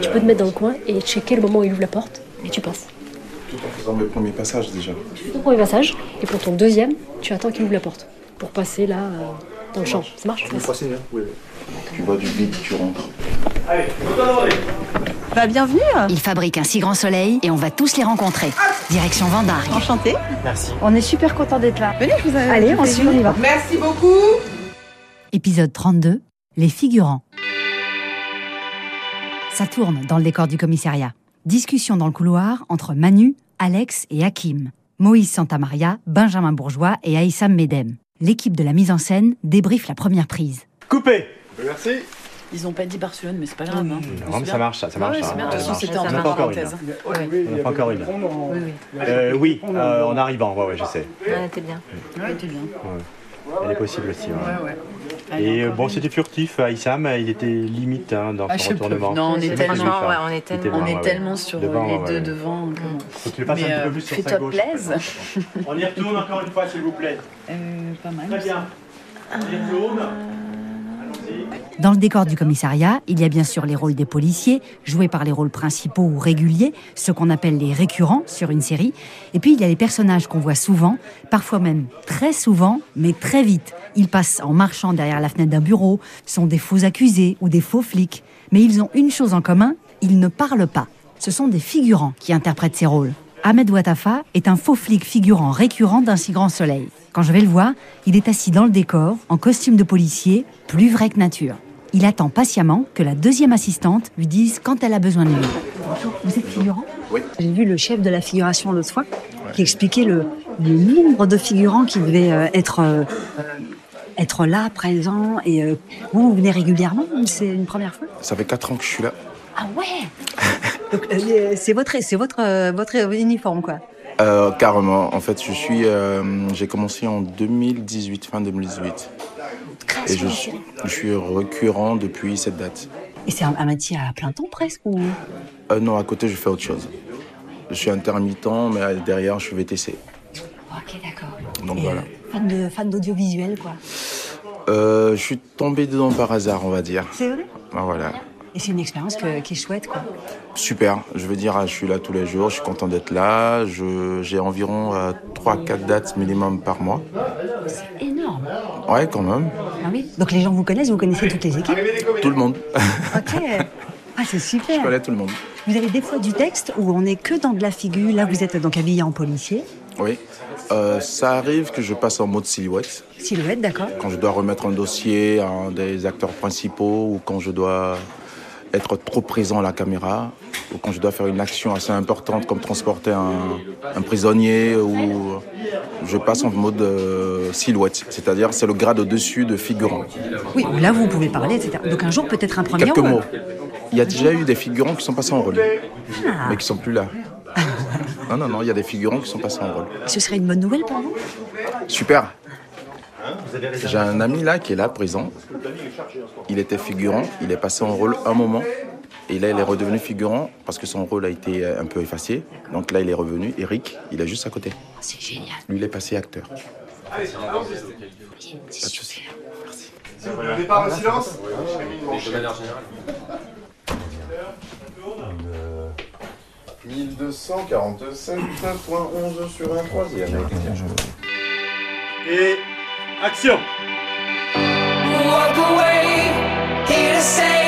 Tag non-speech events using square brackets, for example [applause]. Tu peux te mettre dans le coin et checker le moment où il ouvre la porte et tu passes. Tout en faisant le premier passage déjà. Tu fais ton premier passage et pour ton deuxième, tu attends qu'il ouvre la porte pour passer là euh, dans le champ. Ça marche Une procédure, hein. oui. Tu vois du vide, tu rentres. Bah bienvenue, Ils fabriquent un si grand soleil et on va tous les rencontrer. Direction Vendargue. enchantée. Merci. On est super content d'être là. Venez, je vous invite. Allez, on suit, on y va. Merci beaucoup. Épisode 32, les figurants. Ça tourne dans le décor du commissariat. Discussion dans le couloir entre Manu, Alex et Hakim. Moïse Santamaria, Benjamin Bourgeois et Aïssam Medem. L'équipe de la mise en scène débriefe la première prise. Coupé Merci. Ils ont pas dit Barcelone, mais c'est pas grave. hein. Non, mais ça marche, ça, ça marche. Ah Ouais, c'est hein, bien. De ça toute façon, marche. c'était en On n'a pas encore hein. une. parenthèse. On n'a pas encore une. Euh, oui, euh, en arrivant, ouais, ouais, je sais. Ouais, t'es bien. Elle est possible aussi. ouais. Ah Ouais, ouais. Et Allez, euh, encore bon, une. c'était furtif, euh, Issam, euh, il était limite hein, dans Ah, je son sais retournement. plus. Non, on est C'était tellement- limite, hein. ouais, on est C'était tellement- loin, On est ouais, tellement ouais. sur Devant, euh, les ouais, deux ouais. devant. que bon. Faut que tu le passes Mais, un petit peu euh, plus sur sa fais-toi gauche. plaise. [laughs] On y retourne encore une fois, s'il vous plaît. Euh, pas mal. Très bien. Ah. On y retourne. Allons-y. Dans le décor du commissariat, il y a bien sûr les rôles des policiers, joués par les rôles principaux ou réguliers, ceux qu'on appelle les récurrents sur une série. Et puis il y a les personnages qu'on voit souvent, parfois même très souvent, mais très vite. Ils passent en marchant derrière la fenêtre d'un bureau, sont des faux accusés ou des faux flics. Mais ils ont une chose en commun, ils ne parlent pas. Ce sont des figurants qui interprètent ces rôles. Ahmed Ouatafa est un faux flic figurant récurrent d'un si grand soleil. Quand je vais le voir, il est assis dans le décor, en costume de policier, plus vrai que nature. Il attend patiemment que la deuxième assistante lui dise quand elle a besoin de lui. Vous êtes figurant Oui. J'ai vu le chef de la figuration l'autre fois qui expliquait le, le nombre de figurants qui devaient euh, être, euh, être là, présents. Et euh, vous, vous venez régulièrement ou c'est une première fois Ça fait 4 ans que je suis là. Ah ouais Donc, euh, C'est votre, c'est votre, euh, votre uniforme, quoi. Euh, carrément. En fait, je suis. euh, J'ai commencé en 2018, fin 2018. Et je, suis- je suis récurrent depuis cette date. Et c'est un, un métier à plein temps presque ou... Euh, non, à côté, je fais autre chose. Je suis intermittent, mais euh, derrière, je suis VTC. Ok, d'accord. Donc Et, voilà. euh, Fan, de, fan d'audiovisuel, quoi. Euh, je suis tombé dedans par hasard, on va dire. C'est vrai Ah, Voilà. Et c'est une expérience que- qui est chouette, quoi. Super. Je veux dire, ah, je suis là tous les jours, je suis content d'être là. Je- J'ai environ 3-4 dates minimum par mois. Énorme. Ouais, quand même. Ah oui. Donc les gens vous connaissent, vous connaissez toutes les équipes. Tout le monde. [laughs] Ok. Ah, c'est je super. connais tout le monde. Vous avez des fois du texte où on est que dans de la figure. Là, vous êtes donc habillé en policier. Oui. Euh, ça arrive que je passe en mode silhouette. Silhouette, d'accord. Quand je dois remettre un dossier à un des acteurs principaux ou quand je dois être trop présent à la caméra ou quand je dois faire une action assez importante comme transporter un, un prisonnier ou euh, je passe en mode euh, silhouette, c'est-à-dire c'est le grade au-dessus de figurant. Oui, où là, vous pouvez parler, etc. Donc un jour, peut-être un premier Quelques rôle. mots. Il y a déjà eu des figurants qui sont passés en rôle, mais qui sont plus là. Non, non, non, il y a des figurants qui sont passés en rôle. Ce serait une bonne nouvelle pour vous Super. J'ai un ami là qui est là présent. Il était figurant, il est passé en rôle un moment. Et là, il est redevenu figurant parce que son rôle a été euh, un peu effacé. Donc là, il est revenu. Eric, il est juste à côté. C'est génial. Lui, il est passé acteur. Pas de souci. Départ silence. Et action Walk away, here to say